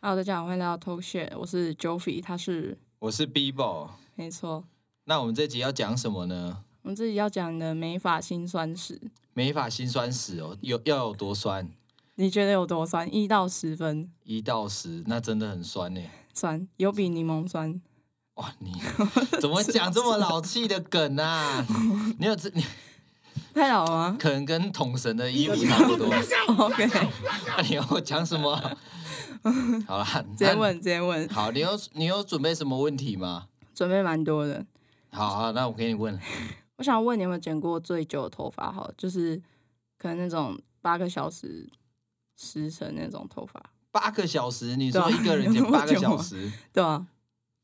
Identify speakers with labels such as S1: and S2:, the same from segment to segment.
S1: Hello，大家好，欢迎来到 Talk Shit，我是 Joffy，他是
S2: 我是 Bibo。
S1: 没错。
S2: 那我们这集要讲什么呢？
S1: 我们自己要讲的美发辛酸史，
S2: 美发辛酸史哦，有要有多酸？
S1: 你觉得有多酸？一到十分
S2: 一到十，那真的很酸呢。
S1: 酸，有比柠檬酸。
S2: 哇， 你怎么讲这么老气的梗啊？你有这你
S1: 太老了吗
S2: 可能跟桶神的衣服差不多。
S1: ？OK，
S2: 那你要讲什么？好啦，直
S1: 直接。问，直接问，
S2: 好，你有你有准备什么问题吗？
S1: 准备蛮多的。
S2: 好好，那我给你问。
S1: 我想问你有没有剪过最久的头发？好，就是可能那种八个小时、十成那种头发，
S2: 八个小时，你
S1: 对啊
S2: 说一个人剪
S1: 有那么
S2: 八个
S1: 久
S2: 小
S1: 吗
S2: 时？
S1: 对啊，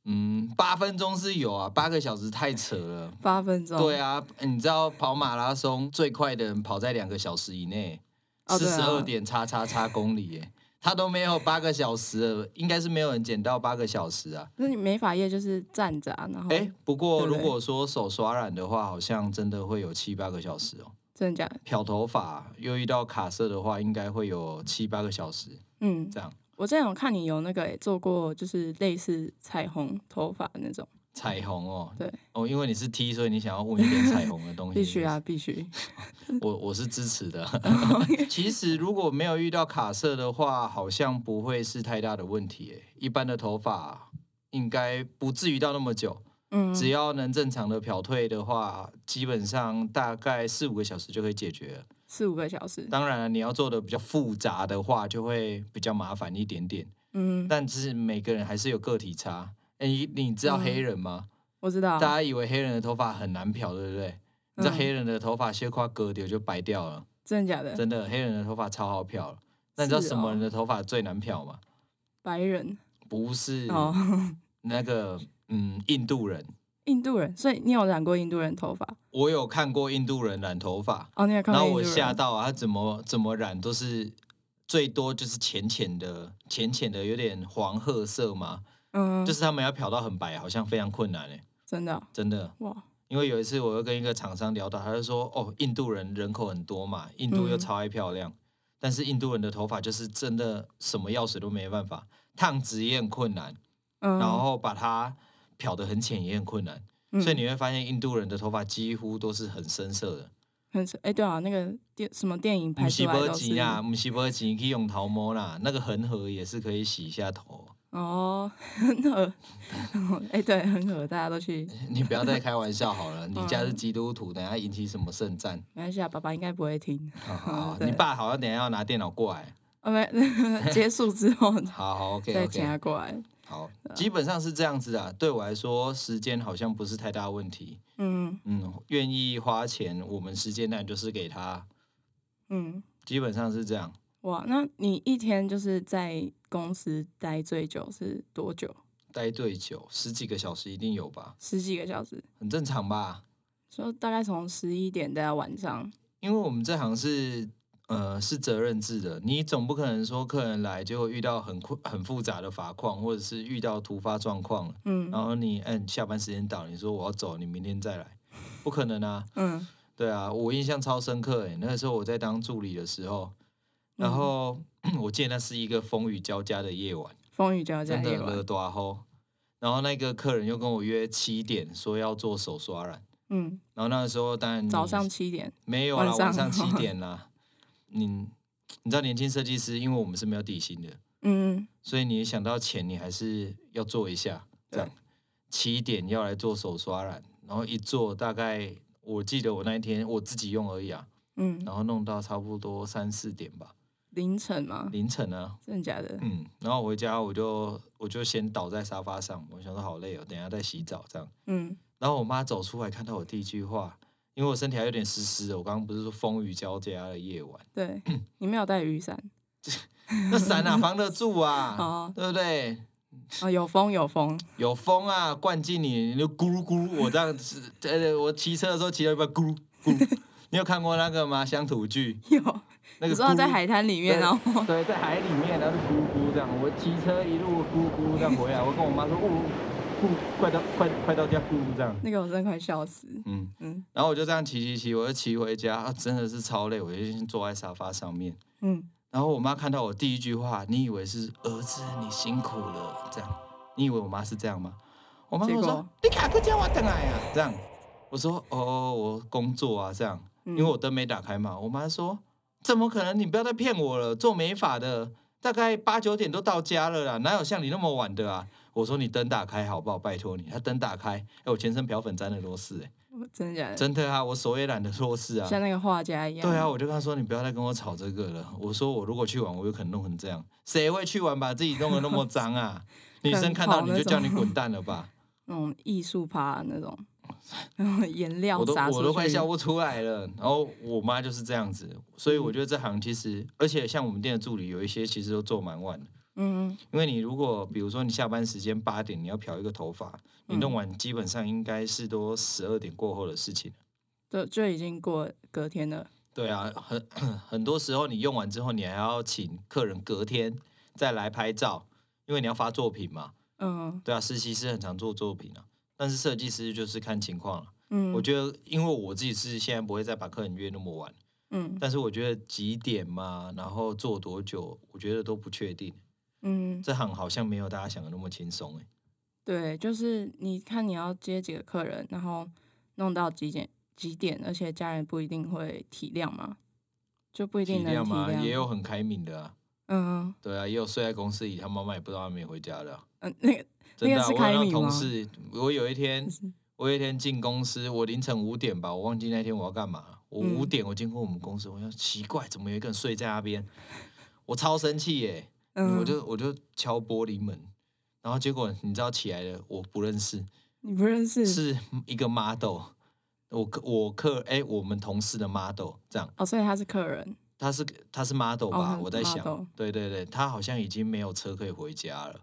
S2: 嗯，八分钟是有啊，八个小时太扯了。
S1: 八分钟。
S2: 对啊，你知道跑马拉松最快的人跑在两个小时以内，
S1: 哦
S2: 四
S1: 对啊
S2: 十二点叉叉叉公里耶，他都没有八个小时了，应该是没有人减到八个小时啊。
S1: 那你美发业就是站着啊，然后
S2: 哎、不过
S1: 对不
S2: 如
S1: 对
S2: 果说手刷染的话，好像真的会有七八个小时哦。
S1: 真的假的？
S2: 漂头发又遇到卡色的话，应该会有七八个小时
S1: 嗯，
S2: 这样。
S1: 我之前有看你有那个、欸、做过，就是类似彩虹头发那种，
S2: 彩虹哦，
S1: 对
S2: 哦，因为你是 T，所以你想要问一点彩虹的东西。
S1: 必须啊，必须。
S2: 我我是支 持的。其实如果没有遇到卡色的话，好像不会是太大的问题耶。一般的头发应该不至于到那么久，
S1: 嗯，
S2: 只要能正常的漂退的话，基本上大概四五个小时就可以解决了。
S1: 四五个小时。
S2: 当然了，你要做的比较复杂的话，就会比较麻烦一点点。
S1: 嗯，
S2: 但是每个人还是有个体差。哎，你你知道
S1: 嗯
S2: 黑人吗？
S1: 我知道
S2: 大。家以为黑人的头发很难漂，对不对？你
S1: 嗯
S2: 知道黑人的头发斜夸割掉就白掉了。
S1: 真的假的？
S2: 真的，黑人的头发超好漂了。那你知道
S1: 是
S2: 什么
S1: 哦
S2: 人的头发最难漂吗？
S1: 白人
S2: 不是
S1: 哦，
S2: 那个嗯，印度人。
S1: 印度人。所以你有染过印度人头发？
S2: 我有看过印度人染头发，
S1: 哦，你有看
S2: 然
S1: 过
S2: 后
S1: 印度
S2: 我
S1: 人？
S2: 吓到啊，他怎么怎么染都是最多就是浅浅的、浅浅的，有点黄褐色嘛，
S1: 嗯，
S2: 就是他们要漂到很白，好像非常困难诶、
S1: 真的哦、
S2: 真的。
S1: 哇，
S2: 因为有一次我又跟一个厂商聊到，他就说哦，印度人人口很多嘛，印度又
S1: 嗯
S2: 超爱漂亮，但是印度人的头发就是真的什么药水都没办法，烫直也很困难，
S1: 嗯，
S2: 然后把它漂得很浅也很困难，
S1: 嗯
S2: 所以你会发现印度人的头发几乎都是很深色的。
S1: 很哎、对啊，那个电什么电影
S2: 姆
S1: 拍出
S2: 西
S1: 来
S2: 波
S1: 都是
S2: 吉啊，姆西波吉可以用桃毛啦，那个恒河也是可以洗一下头。
S1: 哦，很合， 哎、对，很合，大家都 去
S2: 你不要再开玩笑好了，你家
S1: 嗯
S2: 是基督徒，等下引起什么 圣战？
S1: 马来西亚，啊爸爸应该不会听。
S2: 好好好，
S1: 对
S2: 你爸好像等下要拿电脑过来。
S1: 哦，没， 结束之 后
S2: 好好，OK
S1: 再
S2: OK。
S1: 请他过来。
S2: 好，基本上是这样子啊。对我来说，时间好像不是太大问题。
S1: 嗯
S2: 嗯，愿意花钱，我们时间那就是给他，
S1: 嗯，
S2: 基本上是这样。
S1: 哇，那你一天就是在公司待最久是多久？
S2: 待对久，十几个小时一定有吧，
S1: 十几个小时，
S2: 很正常吧？
S1: 说大概从十一点待到晚上。
S2: 因为我们这行是呃是责任制的，你总不可能说客人来就遇到很困很复杂的法况，或者是遇到突发状况了，
S1: 嗯
S2: 然后你嗯下班时间到，你说我要走，你明天再来，不可能啊。
S1: 嗯
S2: 对啊，我印象超深刻诶，欸那个时候我在当助理的时候，
S1: 嗯
S2: 然后、 我记得那是一个风雨交加的夜晚，
S1: 风雨交加
S2: 真的
S1: 夜
S2: 了
S1: 晚。嗯
S2: 大吼。然后那个客人又跟我约七点，说要做手刷染。
S1: 嗯，
S2: 然后那个时候当然你
S1: 早上七点。
S2: 没有啦，
S1: 晚
S2: 晚
S1: 上哦
S2: 上七点啦。你你知道年轻设计师，因为我们是没有底薪的，
S1: 嗯
S2: 所以你想到钱，你还是要做一下。这样七点要来做手刷染，然后一做大概我记得我那一天我自己用而已啊，
S1: 嗯，
S2: 然后弄到差不多三四点吧，
S1: 凌晨吗？
S2: 凌晨啊，
S1: 真的假的？
S2: 嗯，然后我回家我就我就先倒在沙发上，我想说好累哦，等一下再洗澡这样。
S1: 嗯
S2: 然后我妈走出来看到我第一句话，因为我身体还有点湿湿的，我刚刚不是说风雨交加的夜晚，
S1: 对，
S2: 嗯
S1: 你没有带雨伞
S2: 那伞 哪防得住啊？
S1: 哦
S2: 对不对？
S1: 哦，有风有风，
S2: 有风啊，灌进你，你就咕噜咕噜。我这样子，呃，我骑车的时候骑到一半咕噜咕噜。 你有看过那个吗？乡土剧
S1: 有。
S2: 那
S1: 你
S2: 个
S1: 说
S2: 咕噜
S1: 在海滩里面，
S2: 对
S1: 然后
S2: 对，在海里面，然后就咕咕这样，我骑车一路咕咕这样回来，我跟我妈说，呜、咕，快到快快到家咕咕这样，
S1: 那个我真的快笑死。
S2: 嗯，
S1: 嗯
S2: 然后我就这样骑骑骑，我就骑回家、啊真的是超累，我就先坐在沙发上面，
S1: 嗯
S2: 然后我妈看到我第一句话，你以为是儿子你辛苦了这样？你以为我妈是这样吗？我妈跟我
S1: 结
S2: 说
S1: 果
S2: 你赶快叫我等来呀、啊，这样。我说哦，我工作啊这样，
S1: 因
S2: 因为我灯没打开嘛。我妈说怎么可能？你不要再骗我了，做美发的大概八九点都到家了啦，哪有像你那么晚的啊？我说你灯打开好不好？拜托你，她灯打开，哎，我全身漂粉沾了螺丝、哎，
S1: 真的假的，
S2: 真的啊，我手也染了螺丝啊，
S1: 像那个画家一样。
S2: 对啊，，我就跟他说你不要再跟我吵这个了。我说我如果去玩，我有可能弄成这样，谁会去玩把自己弄得那么 脏啊？女生看到你就叫你滚蛋了吧？
S1: 那种艺术趴那 种，然后颜料
S2: 我都
S1: 洒出去，
S2: 我都快笑不出来了。然后我妈就是这样子，所以
S1: 嗯
S2: 我觉得这行其实，而且像我们店的助理有一些其实都做蛮晚的，
S1: 嗯，
S2: 因为你如果比如说你下班时间八点你要漂一个头发，你弄
S1: 嗯
S2: 完基本上应该是都十二点过后的事情。
S1: 就就已经过隔天了。
S2: 对啊，很很多时候你用完之后，你还要请客人隔天再来拍照，因为你要发作品嘛。
S1: 嗯
S2: 对啊，实习师很常做作品啊，但是设计师就是看情况了。
S1: 嗯，
S2: 我觉得，因为我自己是现在不会再把客人约那么晚，
S1: 嗯
S2: 但是我觉得几点嘛，然后做多久，我觉得都不确定。
S1: 嗯，
S2: 这行好像没有大家想的那么轻松哎、
S1: 对，就是你看你要接几个客人，然后弄到几点几点，而且家人不一定会体谅嘛，就不一定能
S2: 谅
S1: 体
S2: 嘛，
S1: 谅。
S2: 也有很开明的啊。
S1: 嗯
S2: 对啊，也有睡在公司里，他妈妈也不知道他没回家的啊、
S1: 嗯，那个
S2: 真的啊、
S1: 那个是
S2: 我有
S1: 开
S2: 那
S1: 明
S2: 同
S1: 吗
S2: 事，我有一天
S1: 是，
S2: 我有一天进公司，我凌晨五点吧，我忘记那天我要干嘛了。我五
S1: 嗯
S2: 点我经过我们公司，我想奇怪，怎么有一个人睡在那边？我超生气耶、
S1: 嗯，
S2: 我就我就敲玻璃门，然后结果你知道起来了，我不认识，
S1: 你不认识
S2: 是一个 model，我客我客哎、我们同事的 model 这样。
S1: 哦，所以他是客人。
S2: 他是他是 model 吧
S1: 哦
S2: 我在想
S1: model，
S2: 对对对，他好像已经没有车可以回家了。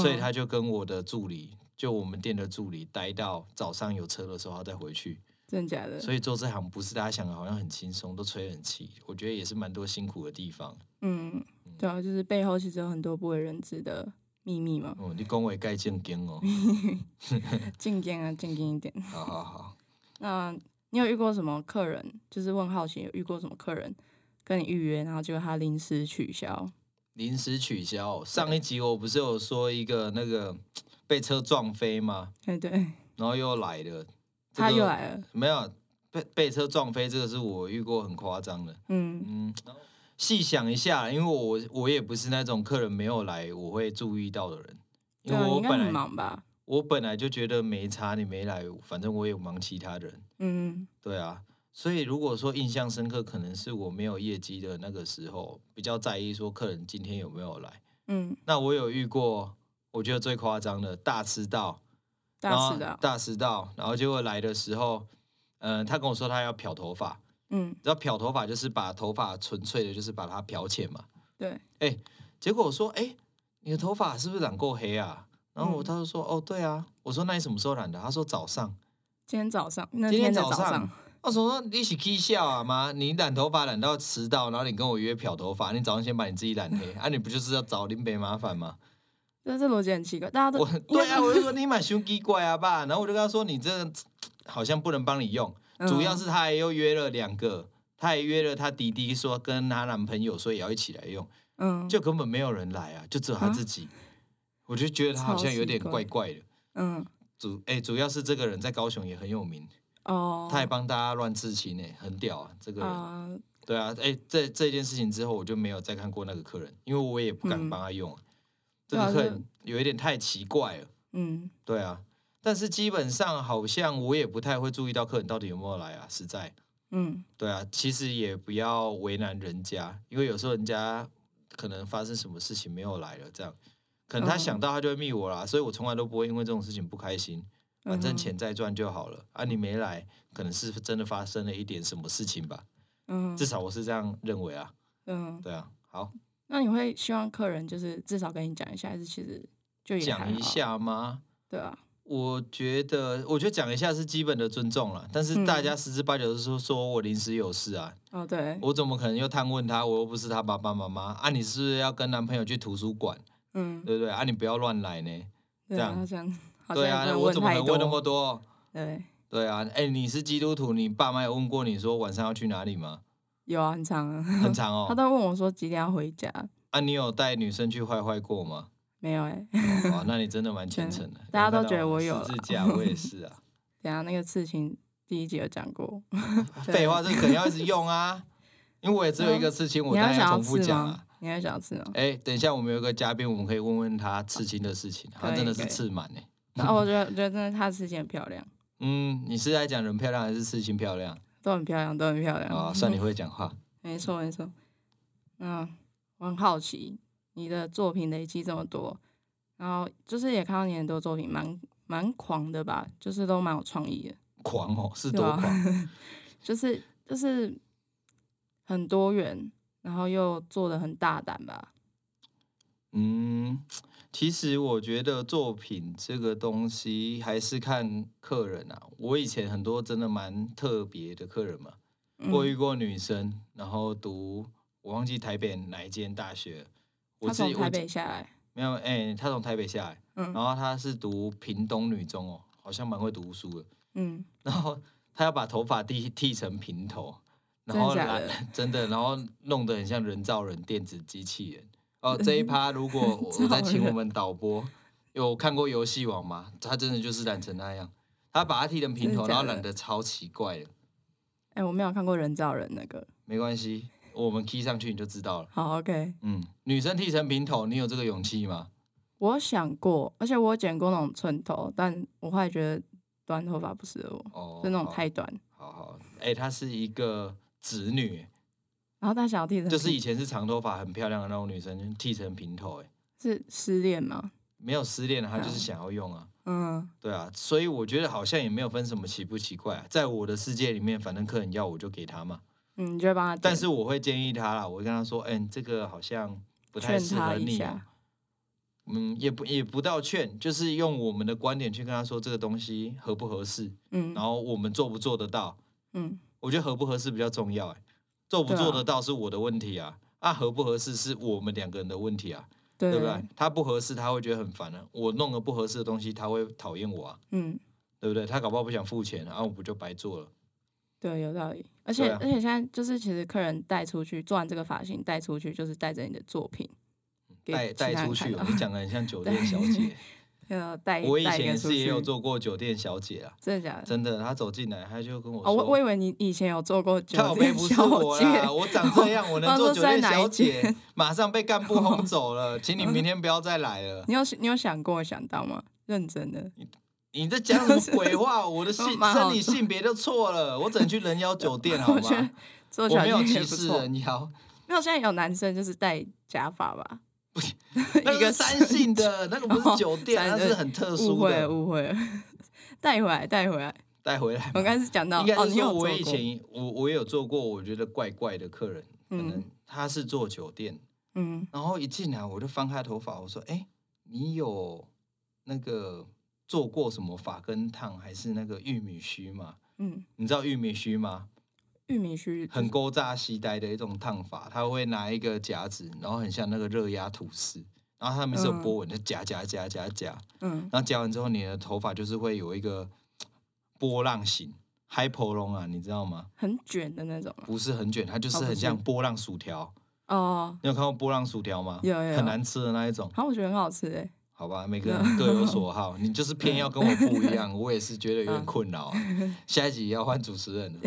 S2: 所以
S1: 嗯
S2: 他就跟我的助理，就我们店的助理，待到早上有车的时候他再回去。
S1: 真假的，
S2: 所以做这行不是大家想的好像很轻松，都吹冷气，我觉得也是蛮多辛苦的地方。
S1: 嗯，对啊，就是背后其实有很多不为人知的秘密嘛。
S2: 嗯，你恭维盖正经 哦，
S1: 静音啊，静音一点。
S2: 好好好。
S1: 那你有遇过什么客人？就是问好奇，有遇过什么客人跟你预约，然后结果他临时取消？
S2: 临时取消，哦上一集我不是有说一个那个被车撞飞吗？
S1: 哎，对，
S2: 然后又来了，这
S1: 他
S2: 个
S1: 又来了。
S2: 没有被被车撞飞，这个是我遇过很夸张的。
S1: 嗯
S2: 嗯，细想一下，因为我我也不是那种客人没有来我会注意到的人，因
S1: 对
S2: 为
S1: 啊，你
S2: 我
S1: 应该很
S2: 本来
S1: 忙吧？
S2: 我本来就觉得没差，你没来，反正我也忙其他人，
S1: 嗯
S2: 对啊。所以如果说印象深刻，可能是我没有业绩的那个时候，比较在意说客人今天有没有来。
S1: 嗯，
S2: 那我有遇过，我觉得最夸张的大迟到，然
S1: 大啊
S2: 后
S1: 迟到。
S2: 大迟到，然后结果来的时候，嗯、他跟我说他要漂头发，
S1: 嗯，
S2: 你知道漂头发就是把头发纯粹的，就是把它漂浅嘛。
S1: 对，
S2: 结果我说：“哎、你的头发是不是染过黑啊？”然后我
S1: 嗯
S2: 他就说：“哦，对啊。”我说：“那你什么时候染的？”他说：“早上。
S1: 今天早上，那
S2: 今天
S1: 的
S2: 早上
S1: 上，”
S2: 我说：“你是 K 笑啊妈，你染头发染到迟到，然后你跟我约漂头发，你早上先把你自己染黑啊？你不就是要找林北麻烦吗？”
S1: 这这逻辑很奇怪，大家都
S2: 我对啊，我就
S1: 应
S2: 说你 买胸肌怪啊爸，然后我就跟他说：“你这个好像不能帮你用，
S1: 该
S2: 主要
S1: 嗯
S2: 是他还又约了两个。”她还约了她弟弟，说跟她男朋友说也要一起来用，
S1: 嗯，
S2: 就根本没有人来啊，就只有她
S1: 啊
S2: 自己。我就觉得她好
S1: 超
S2: 像有
S1: 奇
S2: 点怪
S1: 怪
S2: 怪的。
S1: 嗯
S2: 主哎、主要是这个人在高雄也很有名，
S1: 哦，
S2: 他还帮大家乱刺青呢、很屌啊！这个人，
S1: 啊
S2: 对啊，哎、这这件事情之后，我就没有再看过那个客人，因为我也不敢
S1: 嗯
S2: 帮他用、这
S1: 对啊
S2: 个客
S1: 这
S2: 人有一点太奇怪了，
S1: 嗯
S2: 对啊。但是基本上好像我也不太会注意到客人到底有没有来啊，实在，
S1: 嗯
S2: 对啊，其实也不要为难人家，因为有时候人家可能发生什么事情没有来了，这样，可能他
S1: 嗯
S2: 想到他就会密我啦，所以我从来都不会因为这种事情不开心。反
S1: 嗯
S2: 正钱再赚就好了啊！你没来，可能是真的发生了一点什么事情吧，
S1: 嗯
S2: 至少我是这样认为啊。
S1: 嗯，
S2: 对啊，好，
S1: 那你会希望客人就是至少跟你讲一下，还是其实就也还
S2: 讲
S1: 好
S2: 一，下吗？
S1: 对啊，
S2: 我觉得，我觉得讲一下是基本的尊重了，但是
S1: 嗯
S2: 大家十之八九是说说我临时有事啊，
S1: 哦对，
S2: 我怎么可能又探问他？我又不是他爸爸妈妈啊！你是不是要跟男朋友去图书馆，
S1: 嗯，
S2: 对不对啊？你不要乱来呢。
S1: 对
S2: 这
S1: 啊，
S2: 样
S1: 好像 好
S2: 对
S1: 像也
S2: 啊，
S1: 不
S2: 我
S1: 能
S2: 怎么可
S1: 太
S2: 能
S1: 多，
S2: 问那么多？
S1: 对，
S2: 对啊，哎，你是基督徒，你爸妈有问过你说晚上要去哪里吗？
S1: 有啊，很长啊。
S2: 很长
S1: 他
S2: 哦。
S1: 都问我说几点要回家，
S2: 啊，你有带女生去坏坏过吗？
S1: 没有哎、
S2: 哇，那你真的蛮虔诚 的。
S1: 啊大家都
S2: 看到
S1: 觉得我
S2: 吗
S1: 有
S2: 十
S1: 了
S2: 字架，我也是啊。
S1: 等一下那个刺青第一集有讲过， 对嗯
S2: 废话，这肯定要一直用啊，因为我也只有一个事情，我
S1: 你
S2: 当
S1: 还
S2: 然
S1: 想
S2: 要
S1: 要
S2: 重复
S1: 吃
S2: 讲啊
S1: 吗。？你还想要哦吃吗？
S2: 哎，等一下，我们有一个嘉宾，我们可以问问他刺青的事情，啊他
S1: 可以
S2: 真的是
S1: 可以
S2: 刺满哎。
S1: 然后我觉得，我觉得真的她的刺青很漂亮，
S2: 嗯，你是在讲人漂亮还是刺青漂亮
S1: 都很漂亮，都很漂亮。
S2: 啊？算你会讲话。
S1: 没错没错。嗯，我很好奇你的作品累积这么多，然后就是也看到你很多作品蛮蛮狂的吧，就是都蛮有创意的，
S2: 狂哦，是
S1: 对
S2: 多
S1: 啊
S2: 狂？
S1: 就是就是很多元，然后又做的很大胆吧。
S2: 嗯，其实我觉得作品这个东西还是看客人啊。我以前很多真的蛮特别的客人嘛，
S1: 嗯
S2: 我遇过女生，然后读我忘记台北哪一间大学，我
S1: 他
S2: 自
S1: 从
S2: 己我
S1: 台
S2: 自
S1: 北下来，
S2: 没有哎、她从台北下来，
S1: 嗯
S2: 然后她是读屏东女中哦，好像蛮会读书的，
S1: 嗯，
S2: 然后她要把头发剃剃成平头，然
S1: 真的
S2: 后
S1: 假
S2: 染
S1: 的
S2: 真的，然后弄得很像人造人电子机器人。哦，这一趴如果我我再请我们导播，有看过游戏王吗？他真的就是染成那样，他把它剃成平
S1: 真的
S2: 头，
S1: 假
S2: 然后
S1: 的
S2: 染得超奇怪的。
S1: 哎、我没有看过人造人那个。
S2: 没关系，我们 key 上去你就知道了。
S1: 好，OK，
S2: 嗯，女生剃成平头，你有这个勇气吗？
S1: 我想过，而且我有剪过那种寸头，但我后来觉得短头发不适合我，
S2: 哦，
S1: 就那种
S2: 好
S1: 太短。
S2: 好好。哎、她是一个直女，
S1: 然后他想要剃成
S2: 就是以前是长头发很漂亮的那种女生，剃成平头、哎，
S1: 是失恋吗？
S2: 没有失恋，她就是
S1: 嗯
S2: 想要用啊。
S1: 嗯，
S2: 对啊，所以我觉得好像也没有分什么奇不奇怪、啊，在我的世界里面，反正客人要我就给他嘛。
S1: 嗯，你就会帮他点，
S2: 但是我会建议他啦，我会跟他说，嗯、这个好像不太
S1: 劝
S2: 适
S1: 他
S2: 合
S1: 一
S2: 你、哦
S1: 下。。
S2: 嗯，也不也不到劝，就是用我们的观点去跟他说这个东西合不合适，
S1: 嗯
S2: 然后我们做不做得到。
S1: 嗯，
S2: 我觉得合不合适比较重要、欸，做不
S1: 对啊
S2: 做得到是我的问题啊，啊合不合适是我们两个人的问题啊，
S1: 对
S2: 对不对？他不合适他会觉得很烦啊，我弄了不合适的东西他会讨厌我啊，
S1: 嗯，
S2: 对不对？他搞不好不想付钱啊，啊我不就白做了？
S1: 对，有道理。而且、
S2: 对啊
S1: 而且现在就是，其实客人带出去做完这个发型，带出去就是带着你的作品，给
S2: 嗯带
S1: 其他人
S2: 带出
S1: 看
S2: 去、哦
S1: 到，
S2: 你讲的很像酒店小姐，
S1: 呃，带
S2: 我以
S1: 带一
S2: 前
S1: 个
S2: 也
S1: 出
S2: 是也有
S1: 去，
S2: 做过酒店小姐啊，
S1: 真的假的？
S2: 真的，她走进来她就跟我
S1: 哦，我
S2: 说。
S1: 我以为你以前有做过酒
S2: 靠背
S1: 店
S2: 不是
S1: 小
S2: 我
S1: 姐，
S2: 啦，我长这样，我能
S1: 我
S2: 做
S1: 说
S2: 酒
S1: 在
S2: 店
S1: 哪
S2: 小
S1: 一
S2: 姐，马上被干部轰走 了，请你明天不要再来了。
S1: 你有你有想过想到吗？认真的，
S2: 你在讲什么鬼话？我 的性
S1: 哦蛮好
S2: 生理性别都错了，我整去人妖酒店 好
S1: 我觉得
S2: 吗？
S1: 做
S2: 我
S1: 小
S2: 没有
S1: 姐也
S2: 歧
S1: 不
S2: 视
S1: 错。
S2: 人妖，
S1: 没有，现在有男生就是戴假发吧？
S2: 那
S1: 一个
S2: 个三性的，那个不是酒店，
S1: 哦
S2: 那是很特
S1: 误
S2: 殊
S1: 会了
S2: 的。
S1: 误会了，带回来带回来。
S2: 带回来吧，
S1: 我刚才是讲到，
S2: 应该
S1: 哦，
S2: 是
S1: 你有
S2: 说，
S1: 做过
S2: 我以前我我也有做过，我觉得怪怪的客人，可能
S1: 嗯
S2: 他是做酒店，
S1: 嗯
S2: 然后一进来我就翻开头发，我说：“哎，你有那个做过什么发根烫还是那个玉米须吗？
S1: 嗯，
S2: 你知道玉米须吗？”
S1: 玉米须
S2: 很勾扎西呆的一种烫法，他会拿一个夹子，然后很像那个热压吐司，然后他们是有波纹的夹夹夹夹夹，
S1: 嗯
S2: 然后夹完之后你的头发就是会有一个嘖波浪形 hypo long 啊，你知道吗？
S1: 很卷的那种啊
S2: 不是很卷，它就是
S1: 哦不是
S2: 很像波浪薯条。
S1: 哦，
S2: 你有看过波浪薯条吗？
S1: 有有有
S2: 很难吃的那一种。
S1: 好，我觉得很好吃哎，
S2: 好吧，每个人各有所好，你就是偏要跟我不 一样，我也是觉得
S1: 嗯
S2: 有点困扰啊、下一集要换主持人了。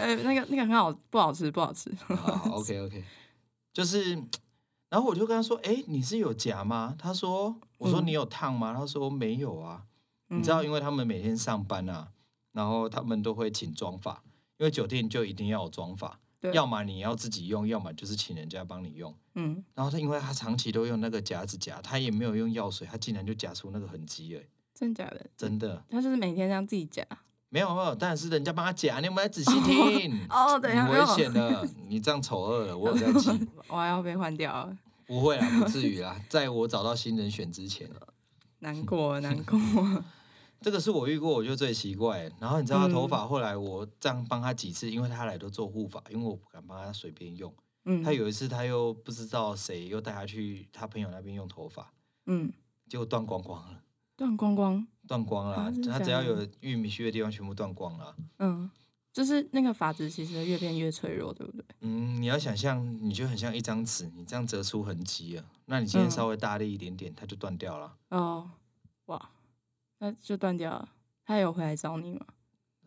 S1: 呃，那个那个很好，不好吃不好吃，
S2: 好，OK OK，就是，然后我就跟他说：“哎、你是有夹吗？”他说：“我说
S1: 嗯
S2: 你有烫吗？”他说：“没有啊。”你知道，因为他们每天上班啊，然后他们都会请妆发，因为酒店就一定要有妆发，
S1: 对
S2: 要么你要自己用，要么就是请人家帮你用。
S1: 嗯，
S2: 然后他因为他长期都用那个夹子夹，他也没有用药水，他竟然就夹出那个痕迹了、
S1: 真假的，
S2: 真的
S1: 他就是每天这样自己夹。
S2: 没有没有，当然是人家帮他夹，你有没有仔细听？
S1: 哦，等一下，
S2: 很
S1: 没有
S2: 危险的，你这样丑恶了，我有在记。
S1: 我还要被换掉了，
S2: 不会啦，不至于啦，在我找到新人选之前，
S1: 难过难过，
S2: 这个是我遇过我就最奇怪。然后你知道他
S1: 嗯
S2: 头发，后来我这样帮他几次，因为他来都做护发，因为我不敢帮他随便用。
S1: 嗯，
S2: 他有一次他又不知道谁又带他去他朋友那边用头发，
S1: 嗯
S2: 结果断光光了，
S1: 断光光，
S2: 断光了
S1: 啊真。的
S2: 他只
S1: 假
S2: 要
S1: 的
S2: 有玉米须的地方全部断光了。啊
S1: 嗯，就是那个发质其实越变越脆弱，对不对？
S2: 嗯，你要想象，你就很像一张纸，你这样折出痕迹啊。那你今天
S1: 嗯
S2: 稍微大力一点点，它就断掉了。
S1: 哦，哇，那就断掉了。他有回来找你吗？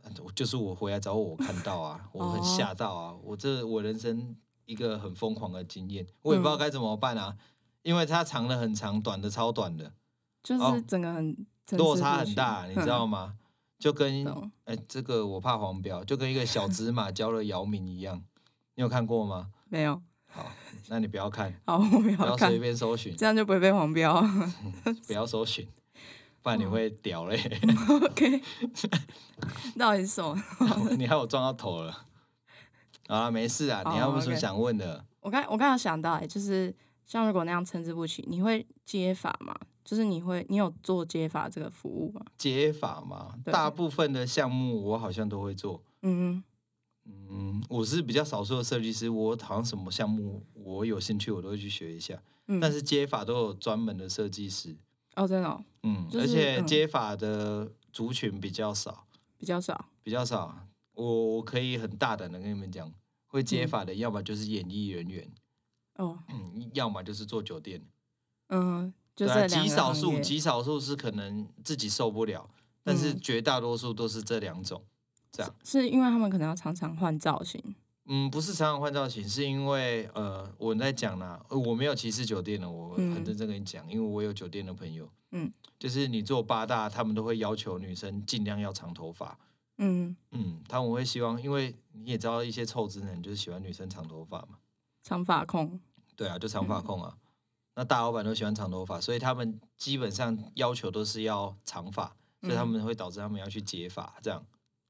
S2: 啊就是我回来找我，我看到啊，我
S1: 哦
S2: 很吓到啊，我这我人生一个很疯狂的经验，我也
S1: 嗯
S2: 不知道该怎么办啊，因为它长的很长，短的超短的，
S1: 就是
S2: 哦
S1: 整个很层
S2: 落
S1: 次
S2: 差
S1: 不
S2: 很
S1: 全
S2: 大，你知 道
S1: 嗯
S2: 吗？就跟
S1: 懂
S2: 哎、这个我怕黄标，就跟一个 小芝麻教了姚明一样，你有看过吗？
S1: 没有？
S2: 好，那你不要看，
S1: 好，我没
S2: 不要
S1: 有看
S2: 随，便搜寻
S1: 这，样就不会被黄标。
S2: 不要搜寻，不然你
S1: 哦
S2: 会屌 嘞，
S1: OK，到 底是什么？
S2: 你害我撞到头了。好啦，没事啊，你还有没有什么
S1: 哦，OK
S2: 想问的？
S1: 我刚我刚刚想到、欸，就是像如果那样参差不齐，你会接法吗？就是你会你有做接法这个服务吗？
S2: 解法嘛，
S1: 对
S2: 大部分的项目我好像都会做。
S1: 嗯，
S2: 嗯，我是比较少数的设计师，我好像什么项目我有兴趣，我都会去学一下。
S1: 嗯
S2: 但是接法都有专门的设计师，
S1: 哦，真的、哦、
S2: 嗯，
S1: 就是
S2: 而且
S1: 嗯
S2: 接法的族群比较少，
S1: 比较少。
S2: 比较少。我我可以很大胆的跟你们讲，会
S1: 嗯
S2: 接法的，要么就是演艺人员，
S1: 哦，
S2: 嗯，要么就是做酒店，
S1: 嗯，就
S2: 对
S1: 这
S2: 啊
S1: 两
S2: 极
S1: 个
S2: 少
S1: 行
S2: 数，
S1: 业
S2: 极少数是可能自己受不了，但是
S1: 嗯
S2: 绝大多数都是这两种。这样，
S1: 是因为他们可能要常常换造型。
S2: 嗯，不是常常换造型，是因为呃，我在讲啦、呃我没有歧视酒店的，我
S1: 嗯
S2: 很认真跟你讲，因为我有酒店的朋友，
S1: 嗯，
S2: 就是你做八大，他们都会要求女生尽量要长头发，
S1: 嗯，
S2: 嗯，他们会希望，因为你也知道一些臭直男就是喜欢女生长头发嘛，
S1: 长发控。
S2: 对啊，就长发控
S1: 嗯
S2: 啊，那大老板都喜欢长头发，所以他们基本上要求都是要长发，所以他
S1: 嗯
S2: 们会导致他们要去解发这样，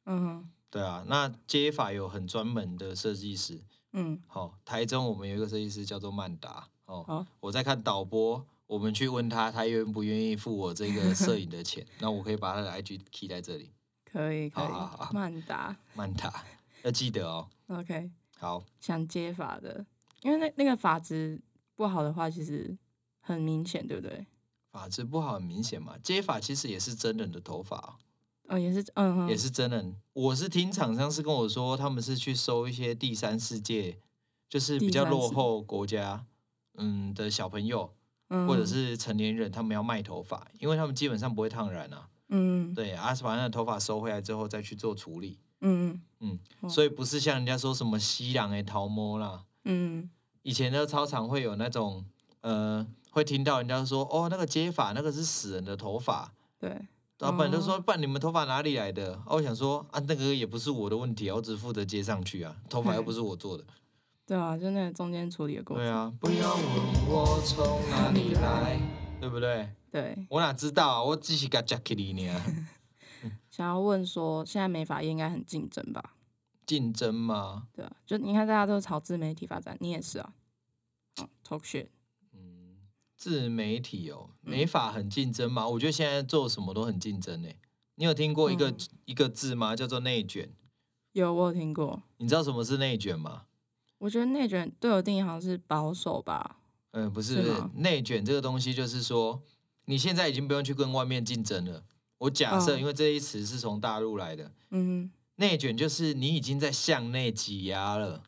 S1: 嗯
S2: 对啊，那接发有很专门的设计师，
S1: 嗯，
S2: 好、台中我们有一个设计师叫做曼达。哦，
S1: 好
S2: 我在看导播，我们去问他，他愿不愿意付我这个摄影 的钱？那我可以把他的 IG key 在这里。
S1: 可以可
S2: 好好好
S1: 以，曼达
S2: 曼达要记得哦。
S1: ，OK，
S2: 好，
S1: 想接发的，因为那那个发质不好的话，其实很明显，对不对？
S2: 发质不好很明显嘛，接发其实也是真人的头发哦、
S1: 哦，也是，嗯，嗯
S2: 也是真人。我是听厂商是跟我说，他们是去收一些第三世界，就是比较
S1: 第三世
S2: 落后国家，嗯的小朋友
S1: 嗯
S2: 或者是成年人，他们要卖头发，因为他们基本上不会烫染啊。
S1: 嗯
S2: 对，阿斯把那头发收回来之后再去做处理，
S1: 嗯
S2: 嗯，
S1: 哦
S2: 所以不是像人家说什么西洋的桃摸啦，
S1: 嗯
S2: 以前的操场会有那种呃，会听到人家说哦，那个接发那个是死人的头发，
S1: 对，
S2: 老板就说，不然你们头发哪里来的？啊、我想说啊，那个也不是我的问题啊，我只负责接上去啊，头发又不是我做的。
S1: 对啊，就那个中间处理的过
S2: 对
S1: 程，
S2: 啊，不要问我从哪里来，对不对？
S1: 对，
S2: 我哪知道啊，我只是个 j a c k i 呢。啊
S1: 想要问说，现在美发业应该很竞争吧？
S2: 竞争嘛，
S1: 对啊，就你看大家都朝自媒体发展，你也是啊。哦 Talk shit，
S2: 嗯，自媒体哦，
S1: 嗯
S2: 美法很竞争嘛。我觉得现在做什么都很竞争呢、欸你有听过一个、
S1: 嗯
S2: 一个字吗？叫做内卷。
S1: 有我有听过，
S2: 你知道什么是内卷吗？
S1: 我觉得内卷对我定义好像是保守吧，
S2: 嗯、不是，
S1: 是
S2: 不是
S1: 吗
S2: 内卷这个东西就是说，你现在已经不用去跟外面竞争了。我假设，
S1: 嗯
S2: 因为这一词是从大陆来的，
S1: 嗯
S2: 内卷就是你已经在向内挤压了，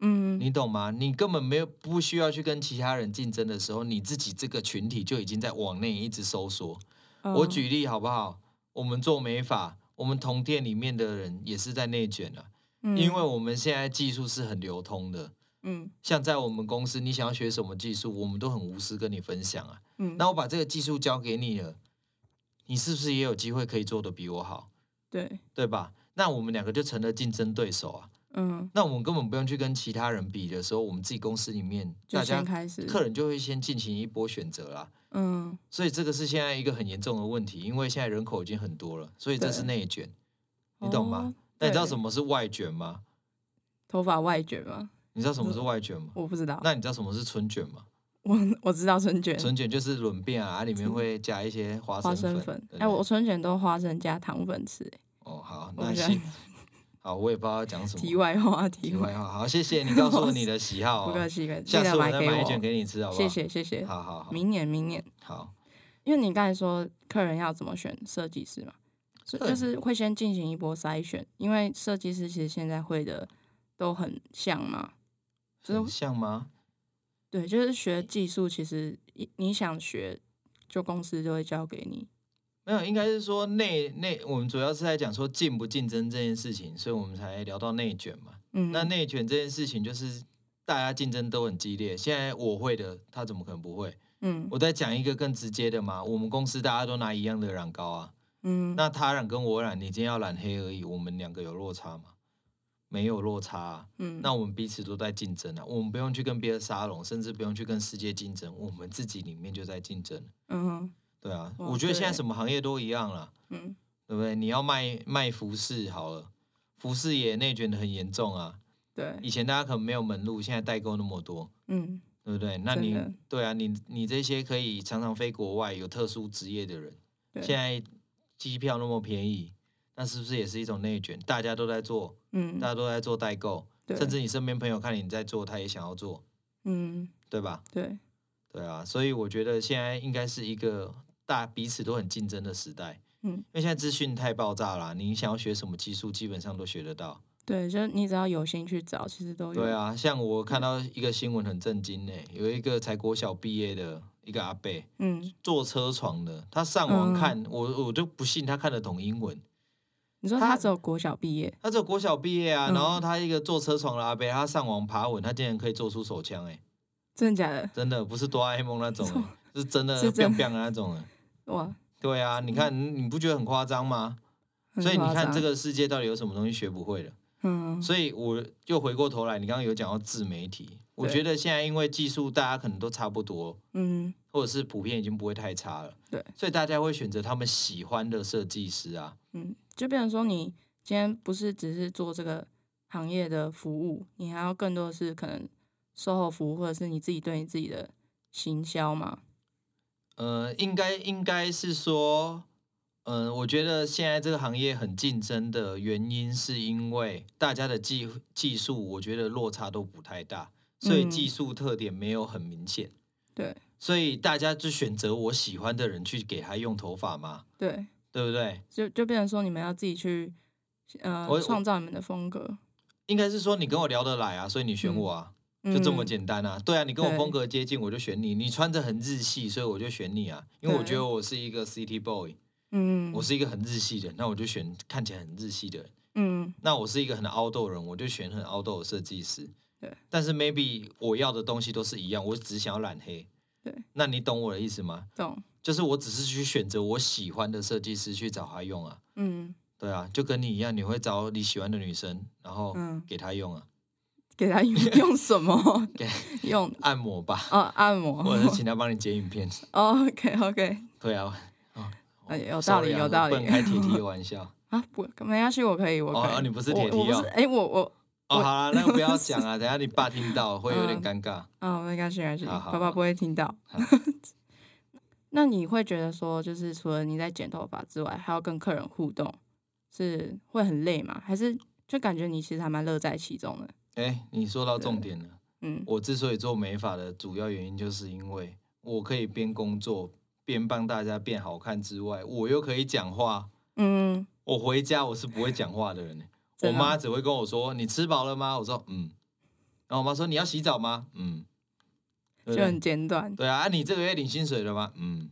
S1: 嗯，
S2: 你懂吗？你根本没有不需要去跟其他人竞争的时候，你自己这个群体就已经在往内一直收缩。我
S1: 嗯
S2: 举例好不好？我们做美发，我们同店里面的人也是在内卷啊，
S1: 嗯
S2: 因为我们现在技术是很流通的。
S1: 嗯
S2: 像在我们公司，你想要学什么技术，我们都很无私跟你分享啊。
S1: 嗯，
S2: 那我把这个技术交给你了，你是不是也有机会可以做得比我好，
S1: 对，
S2: 对吧？那我们两个就成了竞争对手啊。
S1: 嗯，
S2: 那我们根本不用去跟其他人比的时候，我们自己公司里面
S1: 就
S2: 大家
S1: 先开始，
S2: 客人就会先进行一波选择啦。
S1: 嗯
S2: 所以这个是现在一个很严重的问题，因为现在人口已经很多了，所以这是内卷，你懂
S1: 哦
S2: 吗？那你知道
S1: 对
S2: 什么是外卷吗？
S1: 头发外卷吗？
S2: 你知道什么是
S1: 嗯
S2: 外卷吗？
S1: 我不知道，
S2: 那你知道什么是春卷吗？
S1: 我 我知道春卷、
S2: 春卷就是轮变啊，它里面会加一些花
S1: 花
S2: 生
S1: 生
S2: 粉
S1: 粉。，
S2: 对
S1: 哎、
S2: 不对
S1: 我春卷都花生加糖粉吃、欸。
S2: 哦好，
S1: 我
S2: 那
S1: 觉
S2: 行
S1: 得
S2: 好，我也不知道要讲什
S1: 题
S2: 么。
S1: 外话，
S2: 题
S1: 题
S2: 外
S1: 外，
S2: 话，好，谢谢你告诉我你的喜好
S1: 不
S2: 啊
S1: 客，气，不客气，
S2: 下
S1: 记
S2: 次
S1: 得
S2: 我再
S1: 给
S2: 买一卷
S1: 我，
S2: 给你吃，好不好？
S1: 谢，谢谢谢，
S2: 好好好
S1: 明年明年，
S2: 好，
S1: 因为你刚才说客人要怎么选设计师嘛，所以
S2: 对
S1: 就是会先进行一波筛选，因为设计师其实现在会的都很像嘛，就是
S2: 很像吗？
S1: 对，就是学技术，其实一你想学，就公司就会交给你。
S2: 没有，应该是说内内，我们主要是在讲说竞不竞争这件事情，所以我们才聊到内卷嘛。
S1: 嗯，
S2: 那内卷这件事情就是大家竞争都很激烈，现在我会的，他怎么可能不会？
S1: 嗯
S2: 我再讲一个更直接的嘛，我们公司大家都拿一样的染膏啊，
S1: 嗯，
S2: 那他染跟我染，你今天要染黑而已，我们两个有落差吗？没有落差、啊，
S1: 嗯
S2: 那我们彼此都在竞争啊，我们不用去跟别的沙龙，甚至不用去跟世界竞争，我们自己里面就在竞争。
S1: 嗯
S2: 对啊，
S1: 哇
S2: 我觉得现在
S1: 对
S2: 什么行业都一样啦，
S1: 嗯
S2: 对不对？你要卖卖服饰好了，服饰也内卷的很严重啊。
S1: 对
S2: 以前大家可能没有门路，现在代购那么多，
S1: 嗯
S2: 对不对？那你
S1: 真的
S2: 对啊，你你这些可以常常飞国外有特殊职业的人，
S1: 对
S2: 现在机票那么便宜，那是不是也是一种内卷？大家都在做，
S1: 嗯
S2: 大家都在做代购，
S1: 对
S2: 甚至你身边朋友看你在做，他也想要做，
S1: 嗯
S2: 对吧？
S1: 对
S2: 对啊，所以我觉得现在应该是一个大彼此都很竞争的时代。
S1: 嗯
S2: 因为现在资讯太爆炸啦，你想要学什么技术，基本上都学得到。
S1: 对，就是你只要有心去找，其实都有。嗯
S2: 对啊，像我看到一个新闻很震惊呢、有一个才国小毕业的一个阿伯，
S1: 嗯，
S2: 做车床的，他上网
S1: 嗯
S2: 看，我我就不信他看得懂英文。
S1: 你说
S2: 他
S1: 他只有国小毕业，
S2: 他只有国小毕业啊，
S1: 嗯
S2: 然后他一个做车床的阿伯，他上网爬文，他竟然可以做出手枪，哎，
S1: 真的假的？
S2: 真的不是哆啦 A 梦那种、 欸，是真的
S1: 是真
S2: 变
S1: 的
S2: 变的那种、欸。
S1: 哇，
S2: 对啊，你看你你不觉得很夸张吗？
S1: 很
S2: 所以你
S1: 夸
S2: 看
S1: 张
S2: 这，个世界到底有什么东西学不会的？
S1: 嗯，
S2: 所以我又回过头来，你刚刚有讲到自媒体，我
S1: 对
S2: 觉得现在因为技术大家可能都差不多，
S1: 嗯
S2: 或者是普遍已经不会太差了，
S1: 对，
S2: 所以大家会选择他们喜欢的设计师啊，
S1: 嗯，就变成说你今天不是只是做这个行业的服务，你还要更多的是可能售后服务，或者是你自己对你自己的行销嘛。
S2: 呃，应该应该是说，嗯、我觉得现在这个行业很竞争的原因，是因为大家的技技术，我觉得落差都不太大，所以
S1: 嗯
S2: 技术特点没有很明显，
S1: 对
S2: 所以大家就选择我喜欢的人去给他用头发嘛，
S1: 对，
S2: 对不对？
S1: 就就变成说你们要自己去呃
S2: 我
S1: 创造你们的风格，
S2: 应该是说你跟我聊得来啊，所以你选我啊，就这么
S1: 嗯
S2: 简单啊。对啊，你跟我
S1: 对
S2: 风格接近，我就选你。你穿着很日系，所以我就选你啊，因为我
S1: 对
S2: 觉得我是一个 city boy，
S1: 嗯，
S2: 我是一个很日系的人，那我就选看起来很日系的人。
S1: 嗯
S2: 那我是一个很 outdoor 人，我就选很 outdoor 的设计师。
S1: 对，
S2: 但是 maybe 我要的东西都是一样，我只想要染黑。
S1: 对，
S2: 那你懂我的意思吗？
S1: 懂，
S2: 就是我只是去选择我喜欢的设计师去找他用啊。
S1: 嗯
S2: 对啊，就跟你一样，你会找你喜欢的女生，然后
S1: 嗯
S2: 给她用啊，
S1: 给他 用用什么
S2: 给？
S1: 用
S2: 按摩吧。
S1: 哦按摩哦
S2: 或者是请他帮你剪影片。
S1: ，OK OK，
S2: 对啊，
S1: 哎有道理
S2: sorry 啊
S1: 有道
S2: 我不能
S1: 理
S2: 开铁梯的 玩笑。
S1: 啊不没关系，我可以我
S2: 哦
S1: 可以，
S2: 哦你不是铁
S1: 我
S2: 蹄
S1: 我
S2: 哦
S1: 不是哎我我
S2: 哦，
S1: 我
S2: 好啦，那个不要讲 啊，等一下你爸听到会有点尴尬。
S1: 哦，没关系，没关系，
S2: 好好
S1: 爸爸
S2: 好
S1: 不会听到
S2: 好。
S1: 那你会觉得说，就是除了你在剪头发之外，还要跟客人互动，是会很累吗？还是就感觉你其实还蛮乐在其中的？
S2: 哎、你说到重点了。
S1: 嗯
S2: 我之所以做美发的主要原因，就是因为我可以边工作边帮大家变好看之外，我又可以讲话。
S1: 嗯，
S2: 我回家我是不会讲话的人、欸我
S1: 真的
S2: 妈只会跟我说：“你吃饱了吗？”我说：“嗯。”然后我妈说：“你要洗澡吗？”嗯，对不
S1: 就很
S2: 对？
S1: 简短，
S2: 对啊，啊你这个月领薪水了吗？嗯，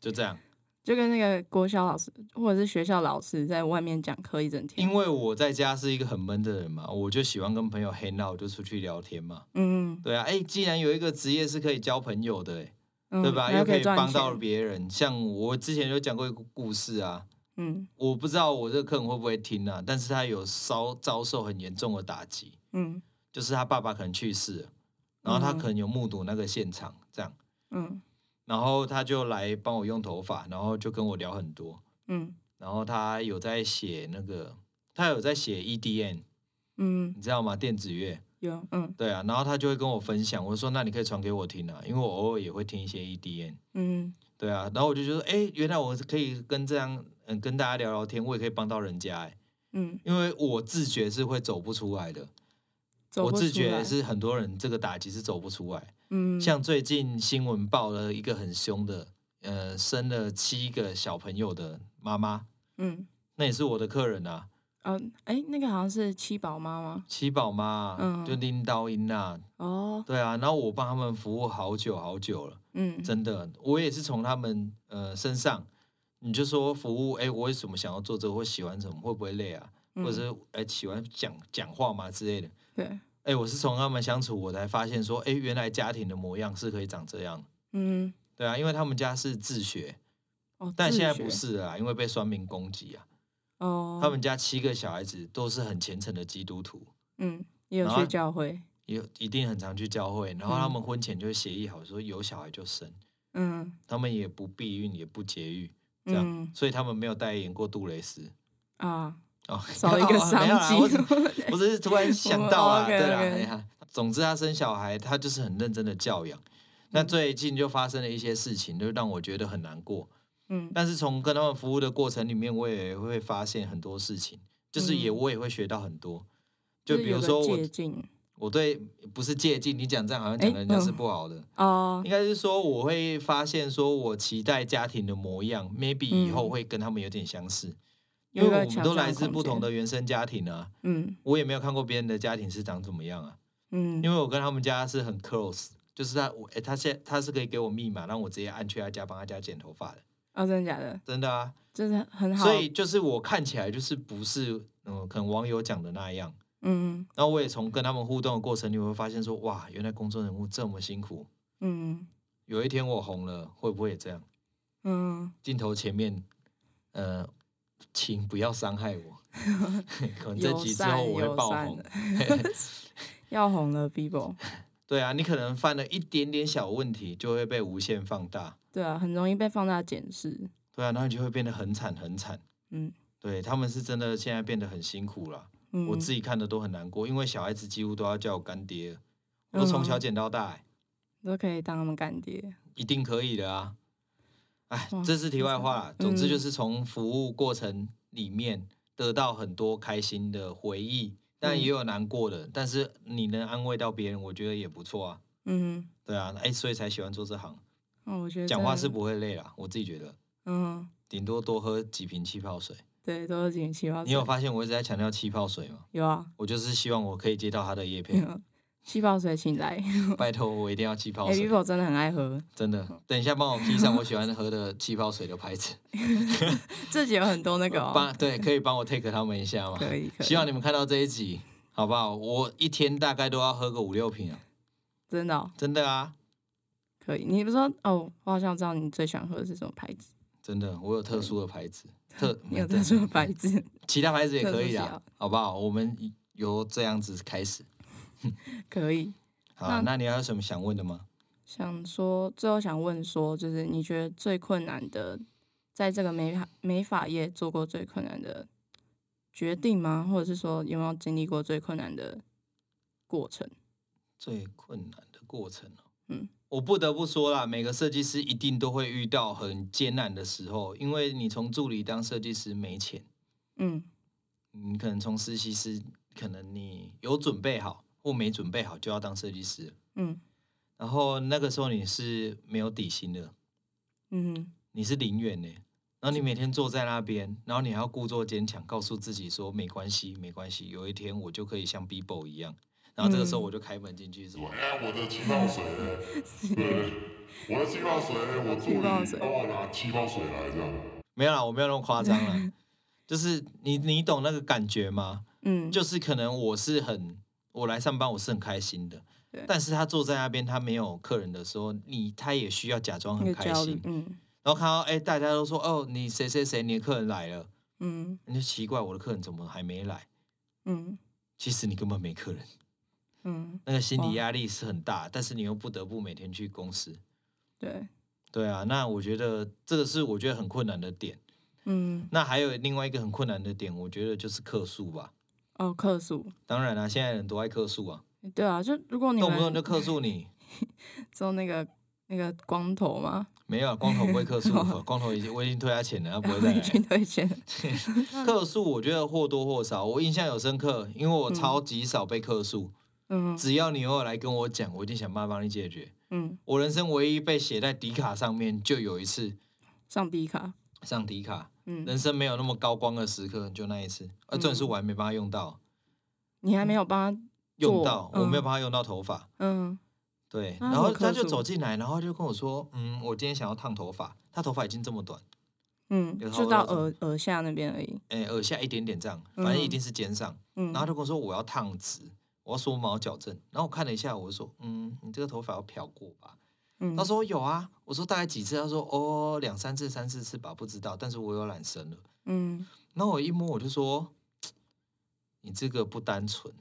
S2: 就这样。
S1: 就跟那个国小老师或者是学校老师在外面讲课一整天。
S2: 因为我在家是一个很闷的人嘛，我就喜欢跟朋友 hang out，就出去聊天嘛。
S1: 嗯，
S2: 对啊，哎，既然有一个职业是可以交朋友的、哎
S1: 嗯
S2: 对吧？
S1: 还
S2: 又可以
S1: 赚
S2: 帮到
S1: 钱
S2: 别人。像我之前有讲过一个故事啊，
S1: 嗯
S2: 我不知道我这个客人会不会听啊，但是他有遭遭受很严重的打击，
S1: 嗯
S2: 就是他爸爸可能去世了，然后他
S1: 嗯
S2: 可能有目睹那个现场这样，
S1: 嗯
S2: 然后他就来帮我用头发，然后就跟我聊很多，
S1: 嗯
S2: 然后他有在写那个，他有在写 EDN，
S1: 嗯，
S2: 你知道吗？电子乐。
S1: 有嗯
S2: 对啊，然后他就会跟我分享，我就说那你可以传给我听啊，因为我偶尔也会听一些 EDM。
S1: 嗯
S2: 对啊，然后我就觉得，哎，原来我是可以跟这样，嗯，跟大家聊聊天，我也可以帮到人家，哎，
S1: 嗯，
S2: 因为我自觉是会走不出来的，
S1: 走
S2: 我
S1: 不
S2: 自
S1: 出
S2: 觉
S1: 来
S2: 是很多人这个打击是走不出来。
S1: 嗯
S2: 像最近新闻报了一个很凶的，呃，生了七个小朋友的妈妈，
S1: 嗯
S2: 那也是我的客人啊。
S1: 嗯，哎，那个好像是七宝妈吗？
S2: 七宝妈，啊
S1: 嗯
S2: 就拎刀音呐、
S1: 哦，
S2: 对啊，然后我帮他们服务好久好久了，
S1: 嗯，
S2: 真的，我也是从他们呃身上，你就说服务，哎，我为什么想要做这个，或喜欢什么，会不会累啊，
S1: 嗯
S2: 或者是哎喜欢讲讲话嘛之类的，
S1: 对，
S2: 哎，我是从他们相处，我才发现说，哎，原来家庭的模样是可以长这样，
S1: 嗯，
S2: 对啊，因为他们家是自学，
S1: 哦，
S2: 但
S1: 自
S2: 现在
S1: 学
S2: 不，是了啦，因为被酸民攻击啊，
S1: 哦，
S2: 他们家七个小孩子都是很虔诚的基督徒，
S1: 嗯也有
S2: 然后
S1: 去教会，
S2: 有一定很常去教会，然后他
S1: 嗯
S2: 们婚前就会协议好说有小孩就生，
S1: 嗯
S2: 他们也不避孕也不节育，这样，
S1: 嗯
S2: 所以他们没有代言过杜蕾斯
S1: 啊，
S2: 哦，
S1: 少一个
S2: 哦没有啦
S1: 商
S2: 我
S1: 机，
S2: 只我只是突然想到啊，
S1: 哦
S2: 对
S1: ，OK，
S2: 啦，
S1: OK
S2: 哎呀，总之他生小孩，他就是很认真的教养。
S1: 嗯
S2: 那最近就发生了一些事情，就让我觉得很难过。
S1: 嗯
S2: 但是从跟他们服务的过程里面，我也会发现很多事情，就是也
S1: 嗯
S2: 我也会学到很多。就是比如
S1: 有个
S2: 说我
S1: 借镜
S2: 我对不是借镜，你讲这样好像讲
S1: 哎
S2: 人家是
S1: 嗯
S2: 不好的。
S1: 哦，
S2: 应该是说我会发现，说我期待家庭的模样，maybe
S1: 嗯
S2: 以后会跟他们有点相似，因
S1: 有
S2: 为
S1: 一个
S2: 我们
S1: 想
S2: 都
S1: 象
S2: 来自
S1: 空
S2: 不同
S1: 间
S2: 的原生家庭啊，
S1: 嗯
S2: 我也没有看过别人的家庭是长怎么样啊，
S1: 嗯，
S2: 因为我跟他们家是很 close，就是他我、诶他现在他是可以给我密码，让我直接按去他家帮他家剪头发的，
S1: 哦，真的假的？
S2: 真的啊，
S1: 就是很好，
S2: 所以就是我看起来就是不是嗯，可能网友讲的那样。
S1: 嗯
S2: 然后我也从跟他们互动的过程里，我会发现说，哇，原来公众人物这么辛苦。
S1: 嗯
S2: 有一天我红了，会不会也这样？
S1: 嗯，
S2: 镜头前面，呃，请不要伤害我。 可能这
S1: 友
S2: 集之
S1: 善
S2: 后我会
S1: 友
S2: 爆
S1: 善
S2: 红。
S1: 要红了，Bibo，
S2: 对啊，你可能犯了一点点小问题，就会被无限放大。
S1: 对啊，很容易被放大检视，
S2: 对啊，然后你就会变得很惨很惨。
S1: 嗯
S2: 对他们是真的现在变得很辛苦了，
S1: 嗯，
S2: 我自己看的都很难过，因为小孩子几乎都要叫我干爹了，我都从小
S1: 嗯
S2: 捡到大、欸
S1: 都可以当他们干爹，
S2: 一定可以的啊！哎
S1: 哇，
S2: 这是题外话啦。
S1: 真的
S2: 总之就
S1: 嗯
S2: 是从服务过程里面得到很多开心的回忆，但
S1: 嗯
S2: 也有难过的。但是你能安慰到别人，我觉得也不错啊。
S1: 嗯，
S2: 对啊，哎，所以才喜欢做这行，
S1: 哦，我觉得
S2: 讲话是
S1: 真的，
S2: 不会累啦。我自己觉得，
S1: 嗯，
S2: 顶多多喝几瓶气泡水。
S1: 对，都是景气泡
S2: 你
S1: 水
S2: 有，发现我一直在强调气泡水吗？
S1: 有啊，
S2: 我就是希望我可以接到他的叶片，
S1: 气泡水请来，
S2: 拜托我一定要气泡
S1: 嗯哎嗯
S2: 水，
S1: ，Bibo 真的很爱喝，
S2: 真的。等一下帮我 P 上我喜欢喝的气泡水的牌子。
S1: 自己有很 多那个哦，
S2: 帮对，可以帮我 take 他们一下吗？
S1: 可以可以
S2: 呃希望你们看到这一集，好不好？我一天大概都要喝个五六瓶啊，
S1: 真的哦
S2: 真的啊，
S1: 可以，你不是说哦，我好像知道你最喜欢喝的是什么牌子，
S2: 真的，我有特殊的牌子，特嗯
S1: 你 有在
S2: 欸
S1: 说牌子，
S2: 其他牌子也可
S1: 特
S2: 以
S1: 殊
S2: 啊
S1: 喜好，
S2: 好不好？我们由这样子开始。
S1: 可以。
S2: 好啊，那你还有什么想问的吗？
S1: 想说，最后想问说，就是你觉得最困难的，在这个美发美发业做过最困难的决定吗？或者是说，有没有经历过最困难的过程？
S2: 最困难的过程哦、
S1: 嗯，
S2: 我不得不说啦，每个设计师一定都会遇到很艰难的时候，因为你从助理当设计师没钱，
S1: 嗯
S2: 你可能从实习师，可能你有准备好或没准备好就要当设计师了，
S1: 嗯
S2: 然后那个时候你是没有底薪的，
S1: 嗯，
S2: 你是零元呢，然后你每天坐在那边，然后你还要故作坚强，告诉自己说没关系，没关系，有一天我就可以像 Bibo 一样。然后这个时候
S1: 嗯
S2: 我就开门进去说，
S3: 哎，我的气泡水呢，对，我的气泡水呢，我助
S1: 气泡水
S3: 理帮我拿气泡水来这样。
S2: 没有啦，我没有那么夸张 啦，就是你你懂那个感觉吗？
S1: 嗯，
S2: 就是可能我是很，我来上班我是很开心的
S1: 对，
S2: 但是他坐在那边他没有客人的时候，你他也需要假装
S1: 那
S2: 很
S1: 个
S2: 开
S1: 焦
S2: 心
S1: 虑，，嗯
S2: 然后看到哎、大家都说哦你谁谁谁你的客人来了，
S1: 嗯
S2: 你就奇怪我的客人怎么还没来，
S1: 嗯
S2: 其实你根本没客人，
S1: 嗯，
S2: 那个心理
S1: 哇
S2: 压力是很大，但是你又不得不每天去公司，
S1: 对，
S2: 对啊，那我觉得这个是我觉得很困难的点。
S1: 嗯
S2: 那还有另外一个很困难的点，我觉得就是客诉吧。
S1: 哦，客诉，
S2: 当然啦、现在人都爱客诉啊，
S1: 对啊，就如果你
S2: 动不动
S1: 们
S2: 就客诉你。
S1: 知道那个那个光头嘛，
S2: 没有，光头不会 客诉，光头已经我已经退他钱了，他不会再
S1: 已经
S2: 来。
S1: 退钱了，
S2: 客诉我觉得或多或少，我印象有深刻，因为我超级少被客诉，
S1: 嗯
S2: 只要你偶尔来跟我讲，我一定想办法帮你解决。
S1: 嗯，
S2: 我人生唯一被写在迪卡上面，就有一次，
S1: 上迪卡，
S2: 上迪卡，
S1: 嗯，
S2: 人生没有那么高光的时刻，就那一次。而这是我还没办法用到，
S1: 你还没有帮他，
S2: 嗯用到
S1: 嗯
S2: 我没有办法用到头发。
S1: 嗯，
S2: 对，
S1: 那
S2: 然后
S1: 好可
S2: 他就
S1: 恶
S2: 走进来，然后就跟我说：“嗯，我今天想要烫头发。”他头发已经这么短，
S1: 嗯，
S2: 有
S1: 就
S2: 好
S1: 到
S2: 多
S1: 耳耳下那边而已。
S2: 哎，耳下一点点这样，反正一
S1: 嗯
S2: 定是肩上。
S1: 嗯，
S2: 然后他就跟我说：“我要烫直，我要缩毛矫正。”然后我看了一下，我就说：“嗯，你这个头发要漂过吧？”
S1: 嗯
S2: 他说有啊，我说大概几次，他说哦两三次、三四次吧，不知道，但是我有染深了。
S1: 嗯
S2: 然后我一摸我就说，你这个不单纯，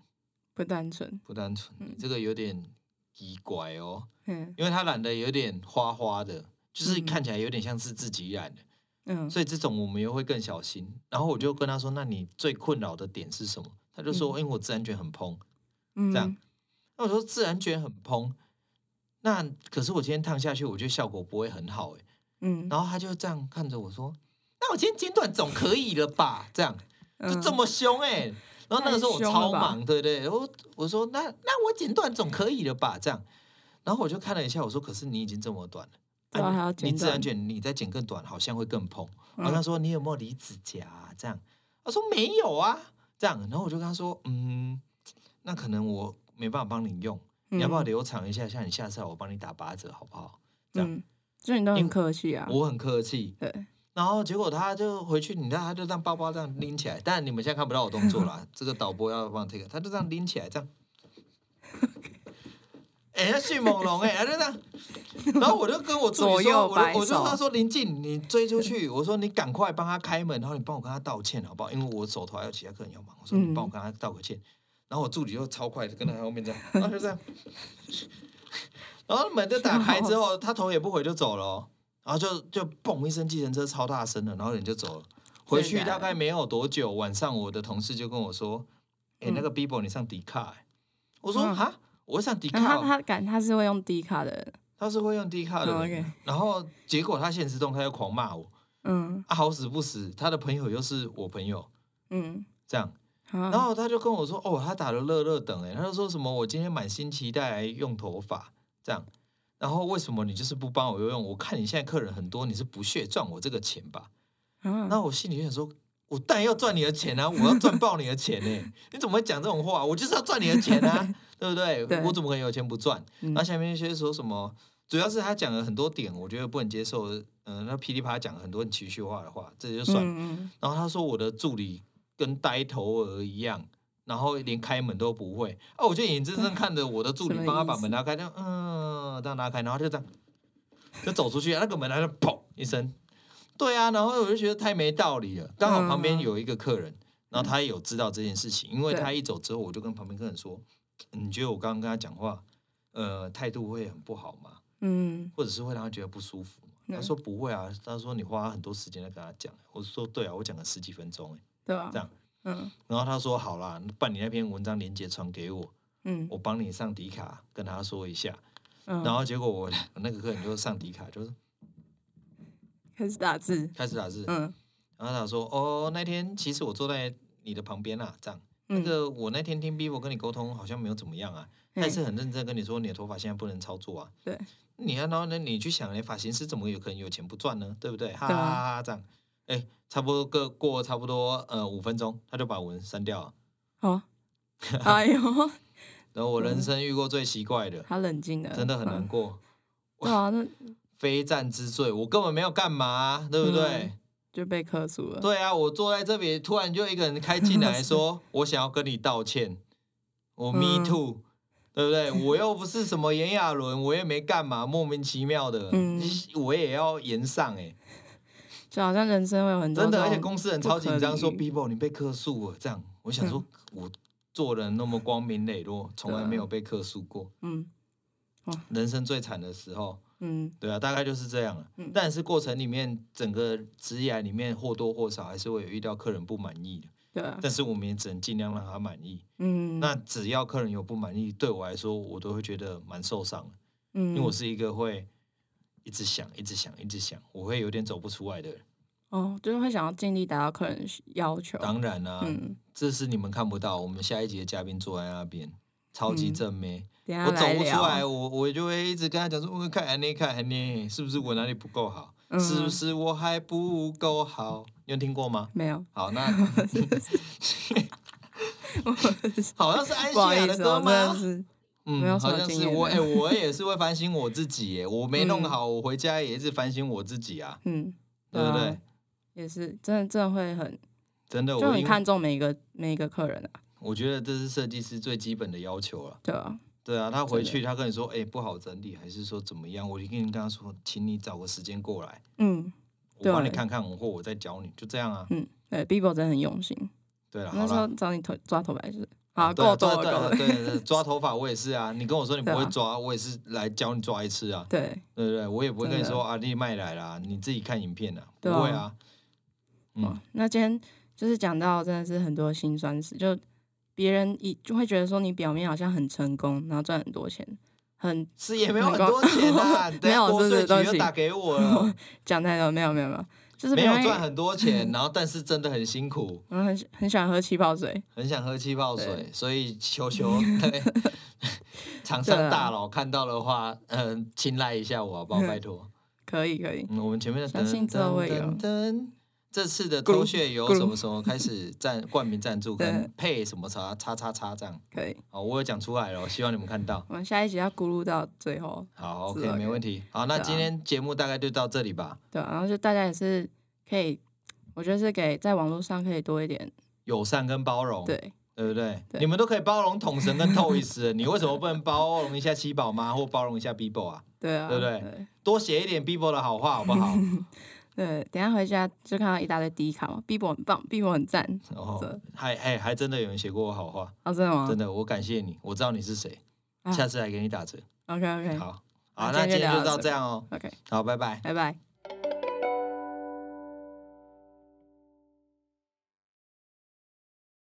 S1: 不单纯，
S2: 不单纯，你
S1: 嗯
S2: 这个有点奇怪哦，
S1: 嗯
S2: 因为他染的有点花花的，就是
S1: 嗯
S2: 看起来有点像是自己染的，
S1: 嗯
S2: 所以这种我们又会更小心。然后我就跟他说，那你最困扰的点是什么？他就说，因为我自然卷很蓬。
S1: 嗯，
S2: 这样那我说自然卷很蓬，那可是我今天烫下去，我觉得效果不会很好哎。
S1: 嗯，
S2: 然后他就这样看着我说：“那我今天剪短总可以了吧？”这样就
S1: 嗯
S2: 这么凶哎、然后那个时候我
S1: 太凶了
S2: 超
S1: 吧
S2: 忙，对不对？我我说那那我剪短总可以了吧？这样，然后我就看了一下，我说：“可是你已经这么短了，
S1: 对啊还要
S2: 你你
S1: 剪
S2: 自然
S1: 短
S2: 卷你再剪更短，好像会更蓬。”
S1: 嗯
S2: 然后他说：“你有没有离指甲、啊？”这样，他说：“没有啊。”这样，然后我就跟他说：“嗯，那可能我没办法帮你用，你要不要
S1: 嗯
S2: 留长一下？像你下次来我帮你打八折好不好？”这样
S1: 嗯，所以你都
S2: 因
S1: 很
S2: 为
S1: 客气啊。
S2: 我很客气，
S1: 对，
S2: 然后结果他就回去，你知道，他就让包包这样拎起来，但你们现在看不到我动作啦，这个导播要帮我 take，他就这样拎起来，这样，哎、他迅猛龙哎、他就这样，然后我就跟我助理
S1: 左
S2: 说，
S1: 右
S2: 我
S1: 摆
S2: 就我就
S1: 手
S2: 跟他说林静，你追出去，我说你赶快帮他开门，然后你帮我跟他道歉好不好？因为我手头还有其他客人要忙，我说
S1: 嗯
S2: 你帮我跟他道个歉，然后我助理就超快的跟在他后面这样，然后就这样， 然后门就打开之后，他头也不回就走了哦、然后就就嘣一声，计程车超大声的，然后人就走了。回去
S1: 真的假
S2: 大
S1: 的
S2: 概没有多久，晚上我的同事就跟我说：“哎、
S1: 嗯
S2: 那个 Bibo 你上迪卡、欸？”我说：“
S1: 嗯
S2: 哈、我会上迪
S1: 然后
S2: 卡哦、
S1: 他他敢他是会用低卡的人，
S2: 他是会用迪卡的
S1: 嗯
S2: 人。啊
S1: ，OK
S2: 然后结果他现实中他又狂骂我，
S1: 嗯
S2: 啊，好死不死，他的朋友又是我朋友，
S1: 嗯，
S2: 这样。
S1: 然
S2: 然后他就跟我说：“哦，他打了乐乐等哎、欸他就说什么我今天满心期待来用头发这样，然后为什么你就是不帮我用？我看你现在客人很多，你是不屑赚我这个钱吧？”
S1: 嗯
S2: 那我心里就想说，我当然要赚你的钱啊，我要赚爆你的钱呢、 你怎么会讲这种话？我就是要赚你的钱啊，对不对？
S1: 对
S2: 我怎么可能有钱不赚？
S1: 嗯
S2: 然后下面一些说什么，主要是他讲了很多点，我觉得不能接受。嗯、那噼里啪啦讲了很多很情绪化的话，这就算了。
S1: 嗯
S2: 然后他说我的助理跟呆头鹅一样，然后连开门都不会。哦，我就眼睁睁看着 我的助理
S1: 什么
S2: 帮他把
S1: 意思
S2: 门拉开，就嗯，这样拉开，然后就这样就走出去，那个门他就砰一声。对啊，然后我就觉得太没道理了。刚好旁边有一个客人，然后他也有知道这件事情，因为
S1: 嗯对
S2: 他一走之后，我就跟旁边客人说：“你觉得我刚刚跟他讲话，呃，态度会很不好吗？”
S1: 嗯
S2: 或者是会让他觉得不舒服吗？
S1: 嗯
S2: 他说不会啊，他说你花很多时间在跟他讲。我说对啊，我讲了十几分钟哎、
S1: 对吧？
S2: 这样
S1: 嗯
S2: 然后他说好啦，把你那篇文章连接传给我，
S1: 嗯
S2: 我帮你上迪卡跟他说一下。
S1: 嗯，
S2: 然后结果我我那个客人就上迪卡，就是
S1: 开始打字，
S2: 开始打字，
S1: 嗯
S2: 然后他说哦，那天其实我坐在你的旁边啦、这样。那
S1: 嗯
S2: 个我那天听 Vivo 跟你沟通好像没有怎么样啊，
S1: 嘿
S2: 但是很认真地跟你说你的头发现在不能操作啊。
S1: 对，
S2: 你看，然后呢，你去想，哎，发型师怎么有可能有钱不赚呢？对不对？哈哈
S1: 对啊
S2: 哈哈，这样，哎，差不多个过差不多呃五分钟，他就把文删掉了。
S1: 好，哎呦，
S2: 然后我人生遇过最奇怪的，
S1: 他冷静了，
S2: 真的很难
S1: 嗯。
S2: 过，
S1: 对啊，那
S2: 非战之罪，我根本没有干嘛，对不对？
S1: 就被克诉了。
S2: 对啊，我坐在这里，突然就一个人开进 来说，我想要跟你道歉，我 me
S1: 嗯
S2: too，、对不对？我又不是什么炎亚纶，我也没干嘛，莫名其妙的，
S1: 嗯
S2: 我也要延上哎、
S1: 就好像人生会有很多
S2: 真的，
S1: 这
S2: 而
S1: 种
S2: 且公司人超紧张，
S1: 不可嗯
S2: 说
S1: 理喻
S2: Bibo 你被克诉了，这样，我想说，我做人那么光明磊落，从来没有被克诉过，
S1: 嗯
S2: 人生最惨的时候，
S1: 嗯
S2: 对啊，大概就是这样了。
S1: 嗯
S2: 但是过程里面，整个职涯里面或多或少还是会有遇到客人不满意的，
S1: 对啊
S2: 但是我们也只能尽量让他满意。
S1: 嗯
S2: 那只要客人有不满意，对我来说，我都会觉得蛮受伤的，
S1: 嗯
S2: 因为我是一个会一直想、一直想、一直想，我会有点走不出来的人。
S1: 哦，就是会想要尽力达到客人的需要求。
S2: 当然啦、啊
S1: 嗯，
S2: 这是你们看不到，我们下一集的嘉宾坐在那边，超级
S1: 嗯
S2: 正妹，
S1: 等一下
S2: 我走
S1: 来
S2: 不出来，
S1: 聊。
S2: 我我就会一直跟他讲说，我看安妮看安妮，是不是我哪里不够好？
S1: 嗯
S2: 是不是我还不够好？你有听过吗？
S1: 没 有，
S2: 好， 那
S1: 我是
S2: 好像是安
S1: 不好
S2: 西
S1: 意
S2: 亚的
S1: 思，
S2: 歌
S1: 我真
S2: 吗
S1: 的？是没有什么
S2: 嗯，好像
S1: 经
S2: 是
S1: 验
S2: 我
S1: 的
S2: 哎、我也是会反省我自己耶，我没弄
S1: 嗯
S2: 好，我回家也一直反省我自己啊，
S1: 嗯，
S2: 对不
S1: 啊
S2: 对？？
S1: 也是，真的真的会很，
S2: 真的，
S1: 就
S2: 我
S1: 很
S2: 因
S1: 看重每一个每一个客人啊，
S2: 我觉得这是设计师最基本的要求了。
S1: 对啊，
S2: 对啊，他回
S1: 真的
S2: 去他跟你说，哎、不好整理，还是说怎么样？我就跟你跟他说，请你找个时间过来，
S1: 嗯
S2: 我
S1: 对
S2: 帮你
S1: 啊
S2: 看看，我或我再教你，就这样啊。
S1: 嗯，对，Bibo 真的很用心。
S2: 对了，
S1: 那
S2: 好
S1: 时候
S2: 了。
S1: 找你头抓头发就是，好
S2: 对
S1: 够
S2: 啊对
S1: 多
S2: 啊
S1: 了
S2: 对
S1: 够
S2: 啊
S1: 了，
S2: 对啊对啊，抓头发我也是啊。你跟我说你不
S1: 对
S2: 会
S1: 啊
S2: 抓，我也是来教你抓一次啊，
S1: 对，
S2: 对不对？我也不会跟你
S1: 真的
S2: 说啊，你卖来啦，你自己看影片啊，不
S1: 对啊
S2: 会啊。嗯
S1: 嗯，，那今天就是讲到真的是很多辛酸史，就别人一就会觉得说你表面好像很成功，然后赚很多钱，很
S2: 是也没有很多钱啊，
S1: 没有
S2: 国
S1: 是不
S2: 税
S1: 是对
S2: 局
S1: 不
S2: 又
S1: 起
S2: 打给我了，
S1: 讲太多，没有没有没有， 就是
S2: 没
S1: 别
S2: 有
S1: 人
S2: 赚很多钱，然后但是真的很辛苦，
S1: 嗯很喜很喜欢喝气泡水，
S2: 很想喝气泡水
S1: 对，
S2: 所以求求 对厂
S1: 对
S2: 商
S1: 啊
S2: 大佬看到的话，嗯，青睐一下我好不好？拜托，
S1: 可以可以，
S2: 嗯，我们前面的
S1: 相信
S2: 噔
S1: 之后
S2: 噔
S1: 会有
S2: 噔噔。这次的
S1: 咕噜
S2: 偷血由
S1: 咕噜
S2: 什么什么开始赞冠名 赞助跟
S1: 对
S2: 配什么啥叉叉叉这样，
S1: 可以，
S2: 好，我有讲出来了，希望你们看到。
S1: 我们下一集要咕噜到最后，
S2: 好
S1: 是
S2: ，OK，
S1: OK
S2: 没问题。好，那
S1: 对啊
S2: 今天节目大概就到这里吧。
S1: 对啊、然后就大家也是可以，我觉得是给在网络上可以多一点，
S2: 友善跟包容，
S1: 对
S2: 对不对？
S1: 对
S2: 你们都可以包容统神跟 Toys，了你为什么不能包容一下七宝妈或包容一下 Bibo 啊？
S1: 对啊，
S2: 对不对多写一点 Bibo 的好话好不 好？
S1: 对，等一下回家就看到一大堆低卡嘛，B 博很棒，B 博很赞，
S2: 哦
S1: 这，
S2: 还还还真的有人写过我好话，
S1: 哦，真的吗？
S2: 真的，我感谢你，我知道你是谁，
S1: 啊
S2: 下次来给你打折。
S1: OK OK
S2: 嗯好，好，
S1: 那
S2: 那今
S1: 今天就
S2: 天就
S1: 聊到
S2: 到
S1: 这
S2: 这样哦，
S1: OK，
S2: 好，拜拜。
S1: 拜拜。